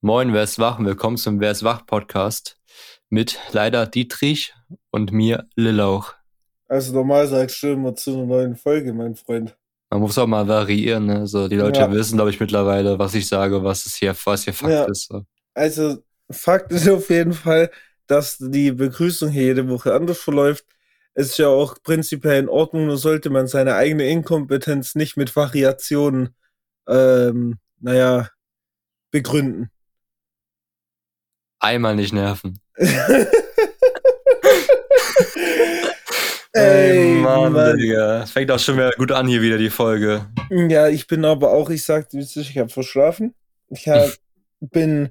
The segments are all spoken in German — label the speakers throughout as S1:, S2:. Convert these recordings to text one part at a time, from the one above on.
S1: Moin, wer ist wach? Willkommen zum Wer ist wach Podcast mit leider Dietrich und mir Lillauch.
S2: Also normal sag schön mal zu einer neuen Folge, mein Freund.
S1: Man muss auch mal variieren, ne? So, die Leute
S2: Ja.
S1: wissen, glaube ich, mittlerweile, was ich sage, was ist hier, was hier Fakt
S2: Ja.
S1: ist. So.
S2: Also Fakt ist auf jeden Fall, dass die Begrüßung hier jede Woche anders verläuft. Ist ja auch prinzipiell in Ordnung, nur sollte man seine eigene Inkompetenz nicht mit Variationen, ähm, naja, begründen.
S1: Einmal nicht nerven.
S2: Ey, Mann.
S1: Digga. Es fängt auch schon wieder gut an hier wieder die Folge.
S2: Ja, ich bin aber auch, ich sag, dir, ich habe verschlafen. Ich hab, bin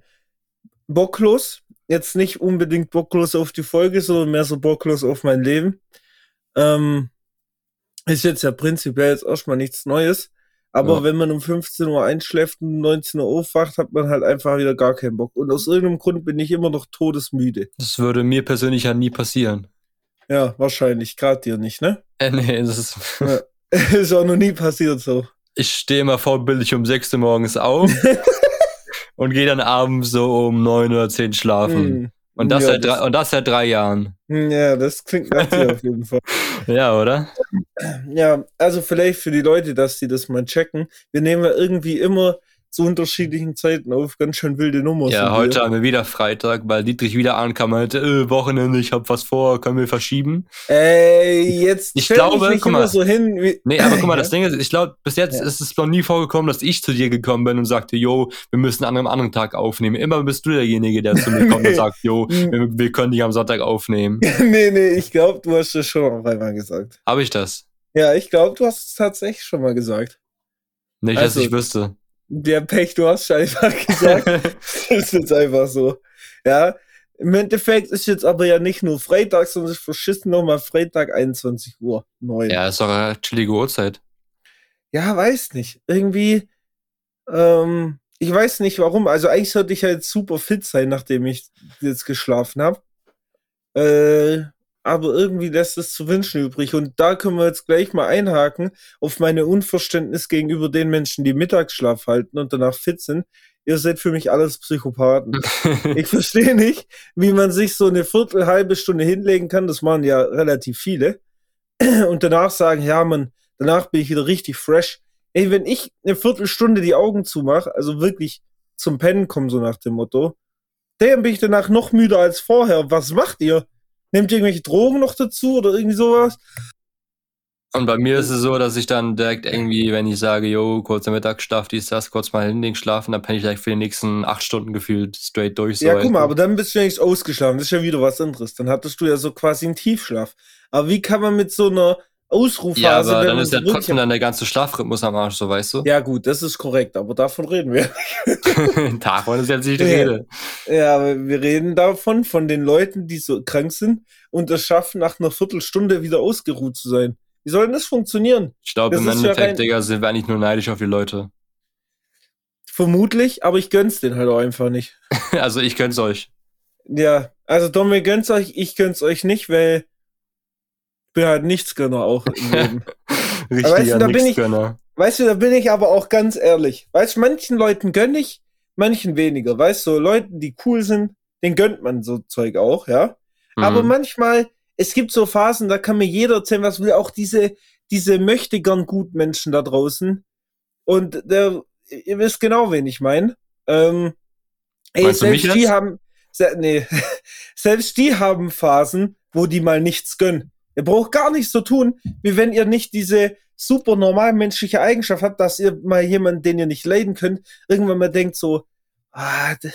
S2: bocklos. Jetzt nicht unbedingt bocklos auf die Folge, sondern mehr so bocklos auf mein Leben. Ähm, ist jetzt ja prinzipiell jetzt erstmal nichts Neues. Aber
S1: Ja.
S2: wenn man um 15 Uhr einschläft und um 19 Uhr aufwacht, hat man halt einfach wieder gar keinen Bock. Und aus irgendeinem Grund bin ich immer noch todesmüde.
S1: Das würde mir persönlich ja nie passieren.
S2: Ja, wahrscheinlich. Gerade dir nicht, ne?
S1: Äh, nee, das ist,
S2: Ja. ist auch noch nie passiert so.
S1: ich stehe immer vorbildlich um 6 Uhr morgens auf und gehe dann abends so um 9 oder 10 schlafen.
S2: Hm.
S1: Und, das
S2: Ja,
S1: seit
S2: das-
S1: drei, und das seit drei Jahren.
S2: Ja, das klingt nach dir auf jeden Fall.
S1: Ja, oder?
S2: Ja, also vielleicht für die Leute, dass die das mal checken. Wir nehmen ja irgendwie immer zu unterschiedlichen Zeiten auf, ganz schön wilde Nummern.
S1: ja,
S2: sind
S1: heute
S2: wir.
S1: haben wir wieder Freitag, weil Dietrich wieder ankam und meinte, äh, Wochenende, ich hab was vor, können wir verschieben.
S2: Ey, jetzt
S1: Ich
S2: stell
S1: glaube,
S2: dich nicht
S1: guck
S2: immer
S1: mal.
S2: so hin. Wie,
S1: Nee, aber guck mal,
S2: Ja.
S1: das Ding ist, ich glaube, bis jetzt
S2: Ja.
S1: ist es noch nie vorgekommen, dass ich zu dir gekommen bin und sagte, jo, wir müssen an einem anderen Tag aufnehmen. Immer bist du derjenige, der zu mir kommt und
S2: Nee.
S1: sagt, jo,
S2: Hm,
S1: wir, wir können dich am Sonntag aufnehmen.
S2: nee, nee, ich glaube, du hast das schon auch einmal gesagt.
S1: Habe ich das?
S2: Ja, ich glaube, du hast es tatsächlich schon mal gesagt.
S1: Nicht,
S2: Also-
S1: dass ich wüsste.
S2: Der Pech, du hast es einfach gesagt. das ist jetzt einfach so. Ja, im Endeffekt ist jetzt aber ja nicht nur Freitag, sondern es ist verschissen nochmal Freitag 21 Uhr. Neu.
S1: ja, ist doch eine chillige Uhrzeit.
S2: Ja, weiß nicht. Irgendwie, ähm, ich weiß nicht warum. Also eigentlich sollte ich halt super fit sein, nachdem ich jetzt geschlafen habe. Äh, aber irgendwie lässt es zu wünschen übrig. Und da können wir jetzt gleich mal einhaken auf meine Unverständnis gegenüber den Menschen, die Mittagsschlaf halten und danach fit sind. Ihr seid für mich alles Psychopathen. Ich verstehe nicht, wie man sich so eine Viertel, halbe Stunde hinlegen kann. Das machen ja relativ viele. Und danach sagen, ja, man, danach bin ich wieder richtig fresh. Ey, wenn ich eine Viertelstunde die Augen zumache, also wirklich zum Pennen komme, so nach dem Motto, dann bin ich danach noch müder als vorher. Was macht ihr? Nehmt ihr irgendwelche Drogen noch dazu oder irgendwie sowas?
S1: Und bei mir ist
S2: Hm.
S1: es so, dass ich dann direkt irgendwie, wenn ich sage, jo, kurzer Mittagsschlaf, dies, das, kurz mal hinlegen, schlafen, dann penne ich gleich für die nächsten acht Stunden gefühlt straight durch. So halt.
S2: ja, guck mal,
S1: weißt
S2: aber dann bist du ja nicht ausgeschlafen. Das ist ja wieder was anderes. Dann hattest du ja so quasi einen Tiefschlaf. Aber wie kann man mit so einer
S1: du.
S2: Ausrufphase,
S1: ja, aber
S2: wenn
S1: dann
S2: man
S1: ist
S2: so
S1: ja
S2: wirklich
S1: trotzdem dann der ganze Schlafrhythmus am Arsch, so weißt du?
S2: Ja, gut, das ist korrekt, aber davon reden wir.
S1: Tag, wann ist jetzt nicht die
S2: Ja.
S1: Rede?
S2: Ja, aber wir reden davon, von den Leuten, die so krank sind und es schaffen, nach einer Viertelstunde wieder ausgeruht zu sein. Wie soll denn das funktionieren?
S1: Ich glaube,
S2: Das
S1: im
S2: ist ja rein-
S1: Endeffekt, Digga, sind wir eigentlich nur neidisch auf die Leute.
S2: Vermutlich, aber ich gönn's den halt auch einfach nicht.
S1: also ich gönn's euch.
S2: Ja, also Dom, wir gönn's euch, ich gönn's euch nicht, weil ich bin halt Nichtsgönner auch im Leben.
S1: Richtig,
S2: weißt du, da bin ich-
S1: Gönner.
S2: weißt du, da bin ich aber auch ganz ehrlich. Weißt du, manchen Leuten gönn ich, manchen weniger. Weißt du, so Leuten, die cool sind, den gönnt man so Zeug auch, ja? Aber
S1: Mhm.
S2: manchmal, es gibt so Phasen, da kann mir jeder erzählen, was will, auch diese, diese möchte gern gut Menschen da draußen. Und der, ihr wisst genau, wen ich meine. Ähm, ey,
S1: Meinst du mich
S2: selbst die
S1: jetzt?
S2: haben, se, nee, selbst die haben Phasen, wo die mal nichts gönnen. Ihr braucht gar nichts zu tun, wie wenn ihr nicht diese super normal menschliche Eigenschaft habt, dass ihr mal jemanden, den ihr nicht leiden könnt, irgendwann mal denkt so, ah, d-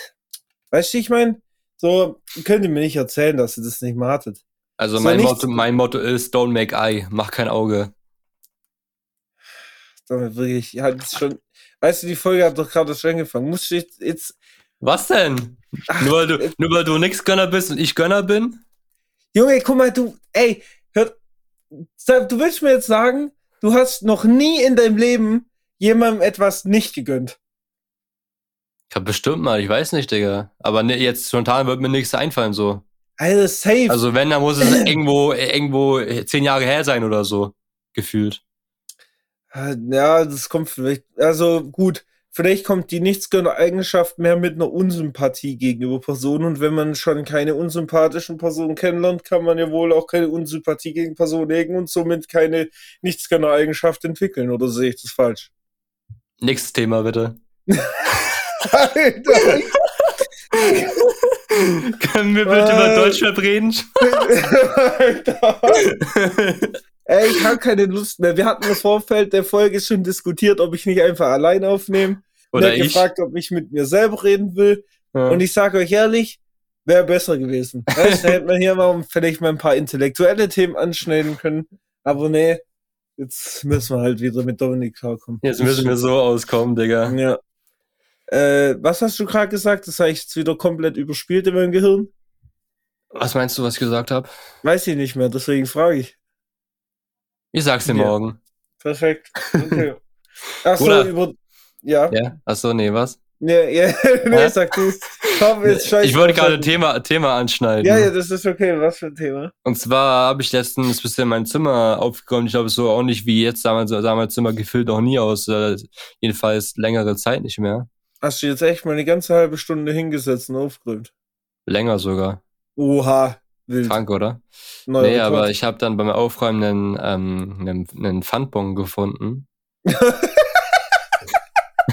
S2: weißt du, ich meine, so, könnt ihr mir nicht erzählen, dass ihr das nicht mal hattet.
S1: also
S2: so
S1: mein,
S2: nichts-
S1: Motto, mein Motto ist, don't make eye, mach kein Auge.
S2: Damit wirklich, ihr hattet schon, weißt du, die Folge hat doch gerade schon angefangen. Muss ich jetzt,
S1: Was denn?
S2: Ach,
S1: nur, weil du,
S2: äh,
S1: nur weil du nix Gönner bist und ich Gönner bin?
S2: Junge, guck mal, du, ey, hört, sag- du willst mir jetzt sagen, du hast noch nie in deinem Leben jemandem etwas nicht gegönnt.
S1: Ich hab bestimmt mal, ich weiß nicht, Digga. Aber ne, jetzt spontan wird mir nichts einfallen so.
S2: Also safe.
S1: Also wenn, dann muss es irgendwo, irgendwo zehn Jahre her sein oder so. Gefühlt.
S2: Ah, Ja, das kommt vielleicht. Also gut, Vielleicht kommt die Nichtsgönner-Eigenschaft mehr mit einer Unsympathie gegenüber Personen. Und wenn man schon keine unsympathischen Personen kennenlernt, kann man ja wohl auch keine Unsympathie gegen Personen hegen und somit keine Nichtsgönner-Eigenschaft entwickeln. Oder sehe ich das falsch?
S1: Nächstes Thema bitte.
S2: Alter!
S1: Können wir bitte
S2: Äh.
S1: über Deutschrap reden?
S2: Alter. Ey, ich habe keine Lust mehr. Wir hatten im Vorfeld der Folge schon diskutiert, ob ich nicht einfach allein aufnehme.
S1: Oder
S2: ich
S1: ich?
S2: gefragt, ob ich mit mir selber reden will.
S1: Ja.
S2: Und ich sage euch ehrlich, wäre besser gewesen. Weißt, du, da hätte man hier mal vielleicht mal ein paar intellektuelle Themen anschneiden können. Aber nee, jetzt müssen wir halt wieder mit Dominik klarkommen.
S1: Jetzt müssen wir so auskommen, Digga.
S2: Ja. Äh, was hast du gerade gesagt? Das habe ich jetzt wieder komplett überspielt in meinem Gehirn.
S1: Was meinst du, was ich gesagt habe?
S2: Weiß ich nicht mehr, deswegen frage ich.
S1: Ich sag's dir
S2: Ja.
S1: morgen.
S2: Perfekt. Okay. Ach so,
S1: Bruder.
S2: über. Ja.
S1: Ja? Achso, nee, was?
S2: Ja, ja. nee,
S1: Hä?
S2: sag du. Komm, jetzt scheiß
S1: Ich wollte
S2: drauf,
S1: gerade
S2: sag-
S1: Thema, Thema anschneiden.
S2: Ja, ja, das ist okay. Was für ein Thema?
S1: Und zwar habe ich letztens ein bisschen mein Zimmer aufgeräumt. Ich glaube, so ordentlich wie jetzt damals, sah mein Zimmer gefüllt noch nie aus. Äh, jedenfalls längere Zeit nicht mehr.
S2: Hast du jetzt echt mal eine ganze halbe Stunde hingesetzt und aufgeräumt?
S1: Länger sogar.
S2: Oha, wild.
S1: Krank, oder?
S2: Neuer
S1: nee,
S2: Rekord.
S1: aber ich habe dann beim Aufräumen einen, ähm, einen, einen Pfandbon gefunden.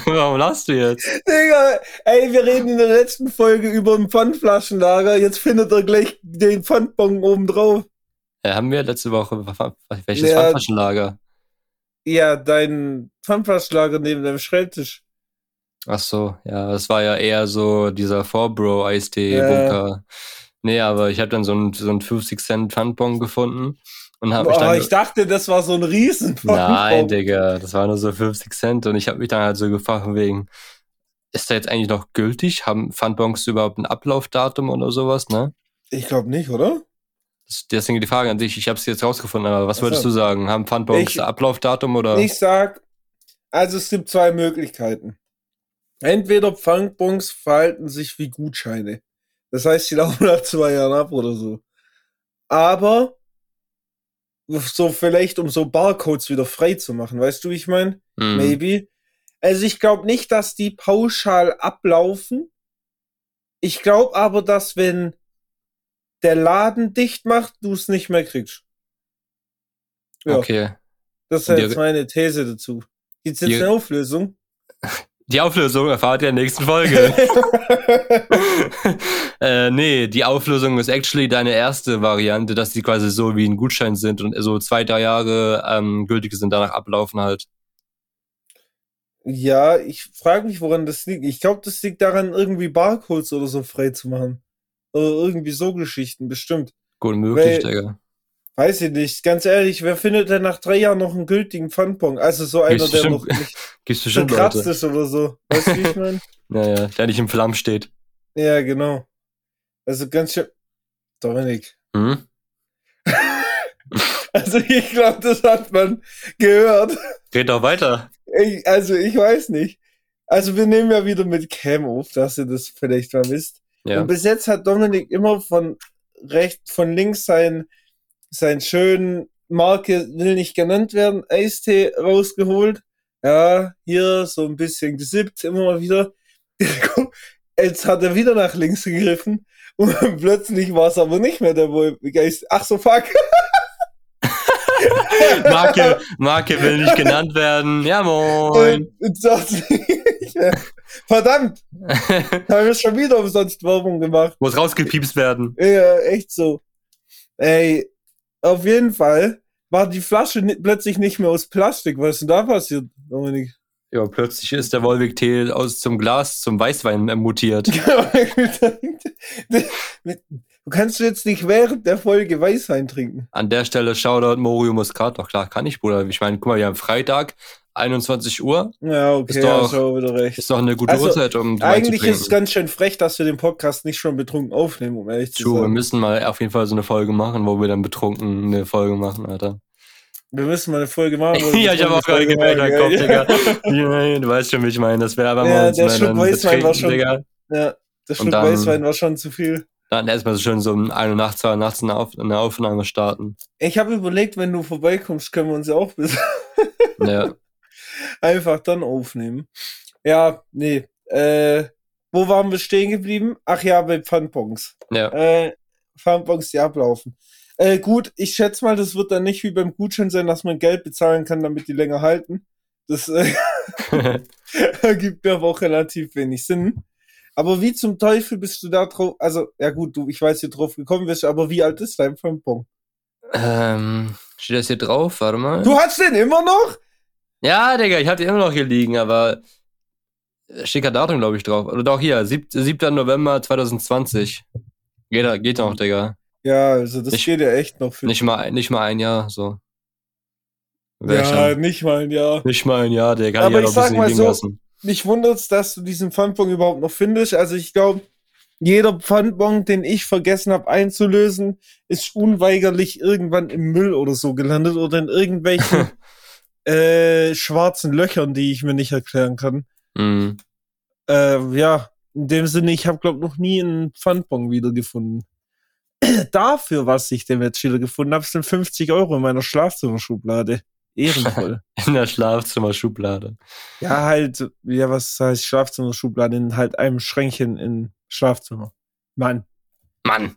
S1: Warum lachst du jetzt?
S2: Digga, ey, wir reden in der letzten Folge über ein Pfandflaschenlager. Jetzt findet er gleich den Pfandbon oben drauf.
S1: Äh, haben wir letzte Woche Pfand- welches
S2: Ja.
S1: Pfandflaschenlager?
S2: Ja, dein Pfandflaschenlager neben deinem Schreibtisch.
S1: Ach so, ja, das war ja eher so dieser Vorbro-Eistee-Bunker. Nee, aber ich habe dann so einen, so einen 50-Cent-Pfandbon gefunden und habe mich
S2: Boah,
S1: dann...
S2: ich dachte, das war so ein riesen
S1: Nein, Digga, das waren nur so 50 Cent und ich habe mich dann halt so gefragt, von wegen, ist der jetzt eigentlich noch gültig? Haben Pfandbons überhaupt ein Ablaufdatum oder sowas, ne?
S2: Ich glaube nicht, oder?
S1: Das- Deswegen die Frage an dich, ich habe es jetzt rausgefunden, aber was
S2: Ach so.
S1: würdest du sagen? Haben Pfandbons
S2: Ich-
S1: ein Ablaufdatum oder?
S2: Ich sag, also es gibt zwei Möglichkeiten. Entweder Pfandbons verhalten sich wie Gutscheine. Das heißt, die laufen nach zwei Jahren ab oder so. Aber so vielleicht, um so Barcodes wieder frei zu machen, weißt du, wie ich meine?
S1: Hm.
S2: Maybe. Also ich glaube nicht, dass die pauschal ablaufen. Ich glaube aber, dass wenn der Laden dicht macht, du es nicht mehr kriegst. Ja.
S1: Okay.
S2: Das ist
S1: Und
S2: jetzt
S1: die-
S2: meine These dazu. Gibt's jetzt
S1: Die-
S2: eine Auflösung?
S1: Die Auflösung erfahrt ihr in der nächsten Folge. äh, nee, die Auflösung ist actually deine erste Variante, dass die quasi so wie ein Gutschein sind und so zwei, drei Jahre ähm, gültig sind, danach ablaufen halt.
S2: ja, ich frage mich, woran das liegt. Ich glaube, das liegt daran, irgendwie Barcodes oder so frei zu machen. Oder irgendwie so Geschichten, bestimmt.
S1: Gut möglich,
S2: Weil-
S1: Digga.
S2: Weiß ich nicht. Ganz ehrlich, wer findet denn nach drei Jahren noch einen gültigen Pfandbon? Also so einer,
S1: Gibt's
S2: der noch
S1: bestimmt-
S2: nicht
S1: Gibt's bestimmt Leute.
S2: verkratzt ist oder so. Weißt du, wie ich meine?
S1: Naja, der nicht im Flammen steht.
S2: Ja, genau. Also ganz schön. Dominik.
S1: Hm?
S2: Also ich glaube, das hat man gehört.
S1: Red doch weiter.
S2: Ich, also, ich weiß nicht. Also, wir nehmen ja wieder mit Cam auf, dass ihr das vielleicht mal wisst.
S1: Ja.
S2: Und bis jetzt hat Dominik immer von rechts, von links sein, sein schönen Marke will nicht genannt werden, Eistee rausgeholt. Ja, hier so ein bisschen gesippt, immer mal wieder. Jetzt hat er wieder nach links gegriffen und plötzlich war es aber nicht mehr der Wolf-Geist. Ach so, fuck.
S1: Marke, Marke will nicht genannt werden. Ja, moin.
S2: Und jetzt dachte ich, Verdammt, haben wir schon wieder umsonst Werbung gemacht.
S1: Muss rausgepiepst werden.
S2: Ja, echt so. Ey, auf jeden Fall war die Flasche ni- plötzlich nicht mehr aus Plastik. Was ist denn da passiert, Dominik?
S1: Ja, plötzlich ist der Wolwig-Tee aus zum Glas zum Weißwein äh, mutiert.
S2: du kannst jetzt nicht während der Folge Weißwein trinken.
S1: An der Stelle Shoutout Morio Muscat. Doch klar, kann ich, Bruder. Ich meine, guck mal, wir haben Freitag, 21 Uhr.
S2: Ja, okay,
S1: Ist doch-
S2: hast du auch wieder recht.
S1: Ist doch eine gute
S2: Also,
S1: Uhrzeit, um Wein
S2: Eigentlich
S1: zu trinken.
S2: ist es ganz schön frech, dass wir den Podcast nicht schon betrunken aufnehmen, um ehrlich zu
S1: True, wir
S2: sein.
S1: müssen mal auf jeden Fall so eine Folge machen, wo wir dann betrunken eine Folge machen, Alter.
S2: Wir müssen mal eine Folge machen. wo wir
S1: ja, ich habe auch gerade
S2: betrunken
S1: gemerkt, mein Kopf,
S2: Folge machen,
S1: Digga. Ja, du weißt schon, wie ich meine. Das wäre aber
S2: Ja,
S1: mal uns
S2: der
S1: mal
S2: Schluck
S1: dann
S2: Weißwein war
S1: betrinken,
S2: schon-
S1: Digga.
S2: Ja, der Schluck
S1: dann-
S2: Weißwein war schon zu viel.
S1: Dann erstmal so schön so um 1 Uhr nachts, 2 Uhr nachts eine, auf eine Aufnahme starten.
S2: Ich habe überlegt, wenn du vorbeikommst, können wir uns ja auch bis
S1: Ja.
S2: einfach dann aufnehmen. Ja, nee. Äh, wo waren wir stehen geblieben? Ach ja, bei Pfandbons.
S1: Ja.
S2: Äh, Pfandbons, die ablaufen. Äh, gut, ich schätze mal, das wird dann nicht wie beim Gutschein sein, dass man Geld bezahlen kann, damit die länger halten. Das äh, ergibt mir aber auch relativ wenig Sinn. Aber wie zum Teufel bist du da drauf? Also, ja gut, du, ich weiß, wie du drauf gekommen bist, aber wie alt ist dein Pfandbon?
S1: ähm, steht das hier drauf? Warte mal.
S2: Du hast den immer noch?
S1: Ja, Digga, ich hab die immer noch hier liegen, aber steht kein Datum, glaube ich, drauf. Oder doch hier, 7. 7. November 2020. Geht, geht noch, Digga.
S2: Ja, also das
S1: Ich-
S2: steht ja echt noch für.
S1: Nicht mal, nicht mal ein Jahr, so. Wär ich
S2: ja,
S1: dann-
S2: nicht mal ein Jahr.
S1: Nicht mal ein Jahr, Digga. Kann
S2: Aber
S1: ich,
S2: ich
S1: ja noch ein
S2: sag
S1: bisschen
S2: mal
S1: liegen
S2: so,
S1: lassen.
S2: mich wundert's, dass du diesen Pfandbon überhaupt noch findest. Also ich glaube, jeder Pfandbon, den ich vergessen habe einzulösen, ist unweigerlich irgendwann im Müll oder so gelandet oder in irgendwelchen äh, schwarzen Löchern, die ich mir nicht erklären kann.
S1: Mhm.
S2: Äh, ja, in dem Sinne, ich habe glaube noch nie einen Pfandbon wiedergefunden. Dafür, was ich dem jetzt wieder gefunden habe, sind 50 Euro in meiner Schlafzimmerschublade. Ehrenvoll.
S1: In der Schlafzimmerschublade.
S2: Ja, halt, ja, was heißt Schlafzimmerschublade? In halt einem Schränkchen im Schlafzimmer. Mann.
S1: Mann,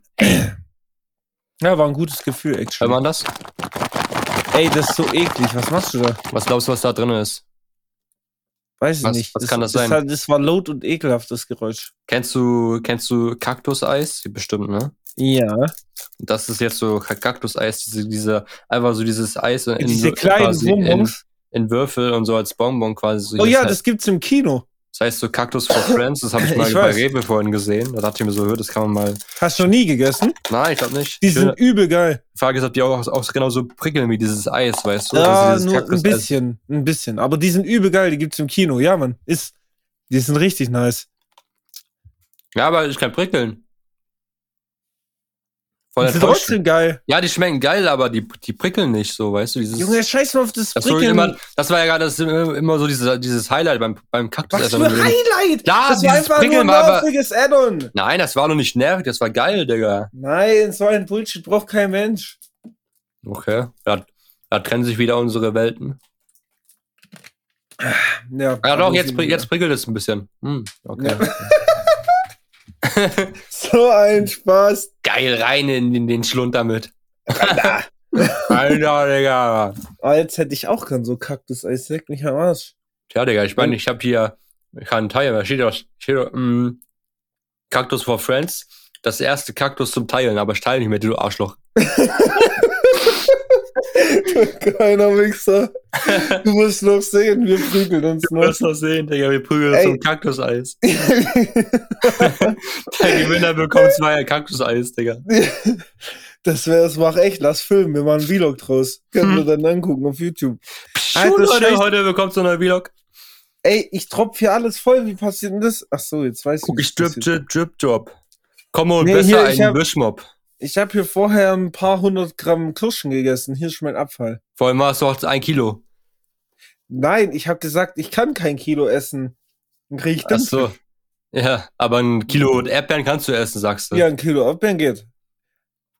S2: Ja, war ein gutes Gefühl,
S1: hört
S2: actually.
S1: man das?
S2: Ey, das ist so eklig. Was machst du da?
S1: Was glaubst du, was da drin ist?
S2: Weiß ich
S1: Was-
S2: nicht.
S1: was kann das sein?
S2: Hat, das war laut und ekelhaft, das Geräusch.
S1: Kennst du, kennst du Kaktuseis? Bestimmt, ne?
S2: Ja.
S1: Das ist jetzt so Ka- Kaktuseis, diese, diese, einfach so dieses Eis in,
S2: Diese
S1: so-
S2: kleinen
S1: quasi in,
S2: Bonbons.
S1: in Würfel und so als Bonbon quasi. So
S2: Oh
S1: Hier,
S2: ja,
S1: heißt-
S2: das gibt's im Kino.
S1: Das heißt so Cactus for Friends, das habe ich mal
S2: Ich
S1: bei
S2: weiß.
S1: Rewe vorhin gesehen. Da dachte ich mir so, hör, das kann man mal.
S2: Hast du noch nie gegessen?
S1: Nein, ich glaube nicht.
S2: Die
S1: Ich will-
S2: sind übel geil.
S1: die Frage ist, ob die auch, auch genauso prickeln wie dieses Eis, weißt du?
S2: Ja,
S1: Also dieses
S2: nur ein
S1: Kaktuseis.
S2: bisschen. Ein bisschen. Aber die sind übel geil, die gibt's im Kino. Ja, Mann. Ist. Die sind richtig nice.
S1: Ja, aber ich kann prickeln. Voll
S2: Die sind
S1: enttäuscht.
S2: trotzdem geil.
S1: Ja, die schmecken geil, aber die, die prickeln nicht so, weißt du? Dieses,
S2: Junge, scheiß mal auf das
S1: das, war
S2: Prickeln.
S1: immer, das war ja gerade das, immer so dieses, dieses Highlight beim, beim Kaktus.
S2: Was für ein Highlight!
S1: Ja,
S2: das war
S1: dieses
S2: einfach nur ein
S1: Prickeln war aber-
S2: nerviges Add-on.
S1: Nein, das war noch nicht nervig, das war geil, Digga.
S2: Nein, so ein Bullshit braucht kein Mensch.
S1: Okay, da, da trennen sich wieder unsere Welten.
S2: Ja,
S1: Ja, doch,
S2: aber
S1: jetzt,
S2: sie-
S1: pri- jetzt prickelt es ein bisschen. Hm, okay.
S2: Ja. So ein Spaß.
S1: Geil rein in, in den Schlund damit. Alter, Digga.
S2: Ah, jetzt hätte ich auch gern so Kaktus-Eis. Leck mich am Arsch.
S1: Tja, Digga, ich meine, ich habe hier keinen Teil, da steht doch, steht doch mm, Kaktus for Friends. Das erste Kaktus zum Teilen, aber ich teile nicht mehr, du Arschloch.
S2: Du Kleiner Wichser. Du musst noch sehen, wir prügeln uns noch.
S1: noch sehen, Digga, wir prügeln
S2: Ey. zum
S1: Kaktuseis. Der Gewinner bekommt zwei Kaktuseis, Digga.
S2: Das wäre es, mach echt, lass filmen, wir machen Vlog draus.
S1: Hm.
S2: Können wir dann angucken auf YouTube. Alter,
S1: Schuh, Leute,
S2: scheiß-
S1: heute bekommst du einen Vlog.
S2: Ey, ich tropf hier alles voll, wie passiert denn das? Ach so, jetzt weiß ich
S1: Guck,
S2: wie
S1: ich
S2: das
S1: drip, drip, drip, drop. Komm und
S2: Nee,
S1: besser
S2: hier, ich
S1: einen
S2: hab-
S1: Wischmob.
S2: Ich habe hier vorher ein paar hundert Gramm Kirschen gegessen. Hier ist mein Abfall.
S1: Vor allem warst du auch ein Kilo.
S2: Nein, ich habe gesagt, ich kann kein Kilo essen. Dann krieg ich
S1: Ach
S2: dann
S1: so. Ja, aber ein Kilo Erdbeeren kannst du essen, sagst du.
S2: ja ein Kilo Abbeeren geht.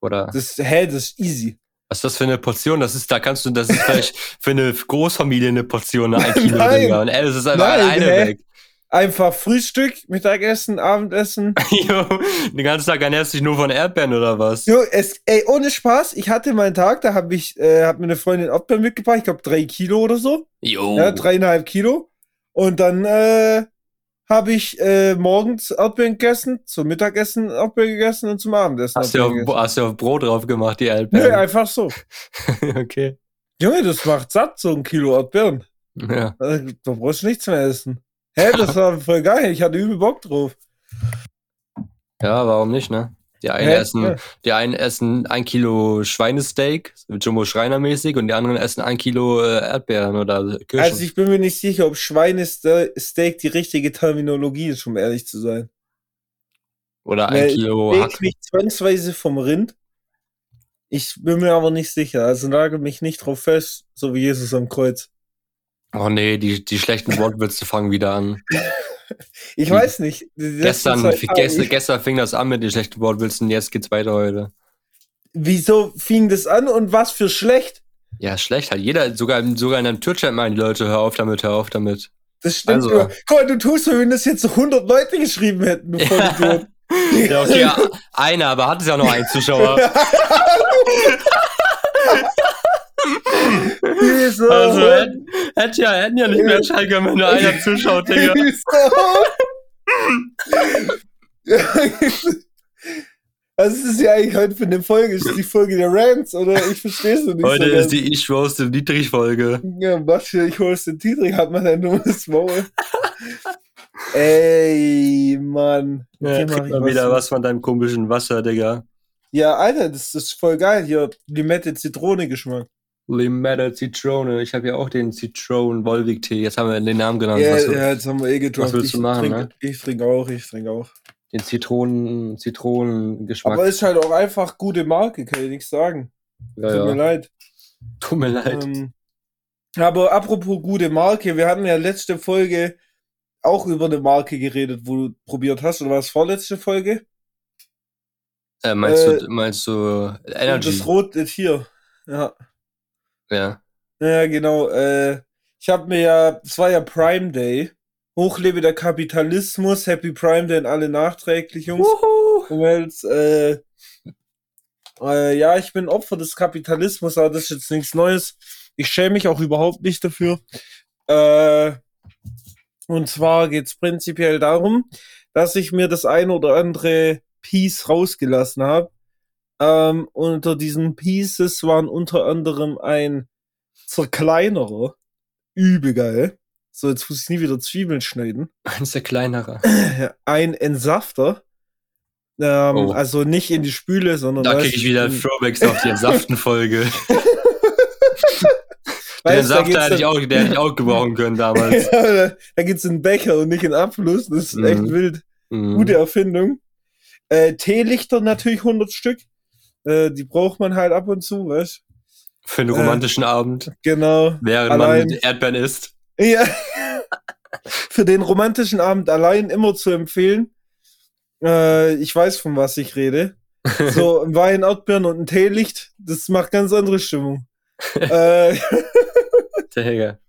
S1: Oder
S2: Das, hä, das ist easy.
S1: was ist das für eine Portion? Das ist, da kannst du, das ist vielleicht für eine Großfamilie eine Portion, ein Kilo,
S2: Nein.
S1: Digga. Und ey, das ist einfach
S2: Nein,
S1: eine
S2: hä?
S1: weg.
S2: Einfach Frühstück, Mittagessen, Abendessen.
S1: Jo, den ganzen Tag ernährst du dich nur von Erdbeeren oder was?
S2: Jo, es, ey, ohne Spaß, ich hatte meinen Tag, da habe ich, äh, hab mir eine Freundin Abbeeren mitgebracht, ich glaube drei Kilo oder so.
S1: Jo.
S2: Ja, dreieinhalb Kilo. Und dann äh, habe ich äh, morgens Erdbeeren gegessen, zum Mittagessen Erdbeeren gegessen und zum Abendessen
S1: hast, du auf,
S2: Erdbeeren
S1: hast du auf Brot drauf gemacht, die
S2: gegessen. Nö,
S1: Erdbeeren.
S2: einfach so.
S1: okay.
S2: Junge, das macht satt, so ein Kilo Erdbeeren.
S1: Ja.
S2: Äh, Da brauchst du nichts mehr essen. Hä, das war voll geil. Ich hatte übel Bock drauf.
S1: ja, warum nicht, ne? Die einen,
S2: Hä?
S1: essen,
S2: Ja.
S1: die einen essen ein Kilo Schweinesteak, Jumbo Schreiner mäßig, und die anderen essen ein Kilo äh, Erdbeeren oder Kirschen.
S2: Also ich bin mir nicht sicher, ob Schweinesteak die richtige Terminologie ist, um ehrlich zu sein.
S1: oder ein
S2: Weil
S1: Kilo Hack.
S2: Steak nicht zwangsweise vom Rind. Ich bin mir aber nicht sicher. Also nagel mich nicht drauf fest, so wie Jesus am Kreuz.
S1: Oh nee, die, die schlechten Wortwitze fangen wieder an.
S2: Ich
S1: Hm.
S2: weiß nicht. Die letzten
S1: Gestern,
S2: zwei Tage-
S1: gestern,
S2: ich,
S1: gestern fing das an mit den schlechten Wortwitzen, jetzt geht's weiter heute.
S2: wieso fing das an und was für schlecht?
S1: Ja, schlecht halt. Jeder, sogar, sogar in einem Twitch-Chat meinen die Leute, hör auf damit, hör auf damit.
S2: Das stimmt
S1: Also.
S2: nur. Guck mal, du tust so, wenn das jetzt so 100 Leute geschrieben hätten, du Vollidiot.
S1: Ja, okay, ja, einer, aber hat es ja auch noch einen Zuschauer.
S2: Wieso?
S1: Also, hätten hätt ja, hätten ja nicht mehr entscheiden können, wenn nur einer zuschaut, Digga.
S2: Wieso? Was Also, ist ja eigentlich heute für eine Folge? Ist das die Folge der Rants, oder? Ich verstehe es nicht.
S1: Heute
S2: so
S1: ist die Ich roaste Dietrich-Folge.
S2: Ja, was für, ich hol's den Titel, hat man ein dummes Maul. Ey, Mann.
S1: Ja,
S2: Hier mach
S1: kriegt
S2: ich
S1: mal
S2: was
S1: wieder
S2: mit.
S1: was von deinem komischen Wasser, Digga.
S2: Ja, Alter, das ist voll geil. Hier, Limette Zitrone-Geschmack.
S1: Limette Zitrone. Ich habe ja auch den Zitronen Wolwig Tee. Jetzt haben wir den Namen
S2: Ja,
S1: genannt. was du,
S2: ja, jetzt haben wir eh gedroppt.
S1: was willst du
S2: ich
S1: machen,
S2: trinke
S1: ne?
S2: ich trink auch, ich trinke auch.
S1: Den Zitronen Zitronengeschmack.
S2: Aber ist halt auch einfach gute Marke, kann ich nichts sagen.
S1: Ja,
S2: Tut mir
S1: ja.
S2: leid.
S1: Tut mir leid.
S2: Ähm, aber apropos gute Marke, wir hatten ja letzte Folge auch über eine Marke geredet, wo du probiert hast, oder war es vorletzte Folge?
S1: Äh, meinst,
S2: äh,
S1: du, meinst du
S2: Das
S1: Energy?
S2: rote Tier. Ja.
S1: Ja.
S2: Ja, genau. Äh, ich habe mir ja, es war ja Prime Day. Hochlebe der Kapitalismus, Happy Prime Day an alle nachträglich, Jungs.
S1: Wuhu.
S2: Und Mädels, äh, äh, ja, ich bin Opfer des Kapitalismus, aber das ist jetzt nichts Neues. Ich schäme mich auch überhaupt nicht dafür. Äh, und zwar geht's prinzipiell darum, dass ich mir das ein oder andere Piece rausgelassen habe. Ähm, unter diesen Pieces waren unter anderem ein zerkleinerer. Übel geil. So, jetzt muss ich nie wieder Zwiebeln schneiden
S1: Eins der kleinere.
S2: ein Entsafter. Ähm,
S1: Oh.
S2: Also nicht in die Spüle, sondern.
S1: Da
S2: weißt
S1: krieg ich
S2: du,
S1: wieder
S2: in-
S1: Throwbacks auf die Entsaften-Folge. Den
S2: weißt du, da
S1: Saft
S2: geht's
S1: hätte ich, auch- den hätte ich auch gebrauchen können damals.
S2: dann- da geht's in den Becher und nicht in den Abfluss. Das ist
S1: Mhm.
S2: echt wild.
S1: Mhm.
S2: Gute Erfindung. Äh, Teelichter natürlich 100 Stück. Äh, die braucht man halt ab und zu, weißt du?
S1: Für einen
S2: Äh,
S1: romantischen Abend,
S2: Genau.
S1: während
S2: allein-
S1: man mit Erdbeeren isst.
S2: Ja. Für den romantischen Abend allein immer zu empfehlen. Äh, ich weiß, von was ich rede. So, ein Wein, Erdbeeren und ein Teelicht, das macht ganz andere Stimmung. äh,
S1: Digga.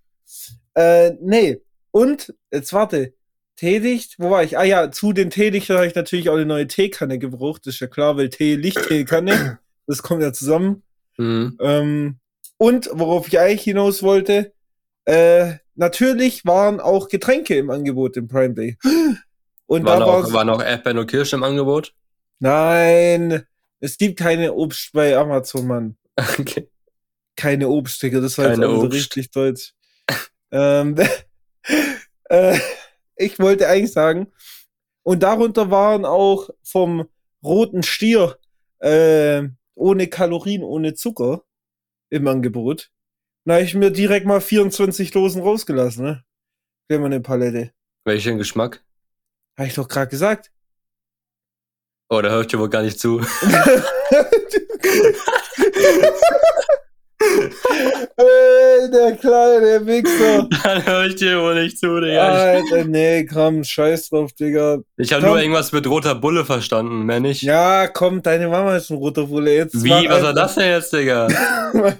S2: äh, nee. Und, jetzt warte. Teelicht, wo war ich? Ah ja, zu den Teelichtern habe ich natürlich auch eine neue Teekanne gebraucht. Das ist ja klar, weil Teelicht, Teekanne, das kommt ja zusammen.
S1: Mhm.
S2: Ähm, und worauf ich eigentlich hinaus wollte, äh, natürlich waren auch Getränke im Angebot im Prime Day. Und
S1: Waren,
S2: da
S1: auch,
S2: war
S1: waren auch Erdbeeren und Kirschen im Angebot?
S2: Nein, es gibt keine Obst bei Amazon, Mann.
S1: Okay.
S2: Keine Obst, Digga, das war jetzt
S1: Keine
S2: auch wieder
S1: Obst.
S2: richtig deutsch. ähm, äh, ich wollte eigentlich sagen, und darunter waren auch vom roten Stier äh, ohne Kalorien, ohne Zucker im Angebot. Na, ich mir direkt mal 24 Dosen rausgelassen, ne? Wenn man eine Palette.
S1: Welchen Geschmack?
S2: Habe ich doch gerade gesagt.
S1: Oh, da hört ihr wohl gar nicht zu.
S2: Ey, Äh, der kleine Wichser.
S1: da hör ich dir wohl nicht zu, Digga.
S2: Alter, nee, komm, scheiß drauf, Digga.
S1: Ich habe
S2: Äh, komm.
S1: nur irgendwas mit roter Bulle verstanden, mehr nicht.
S2: Ja, komm, deine Mama ist ein roter Bulle. Jetzt
S1: Wie,
S2: mach
S1: was war das denn jetzt, Digga?
S2: einfach-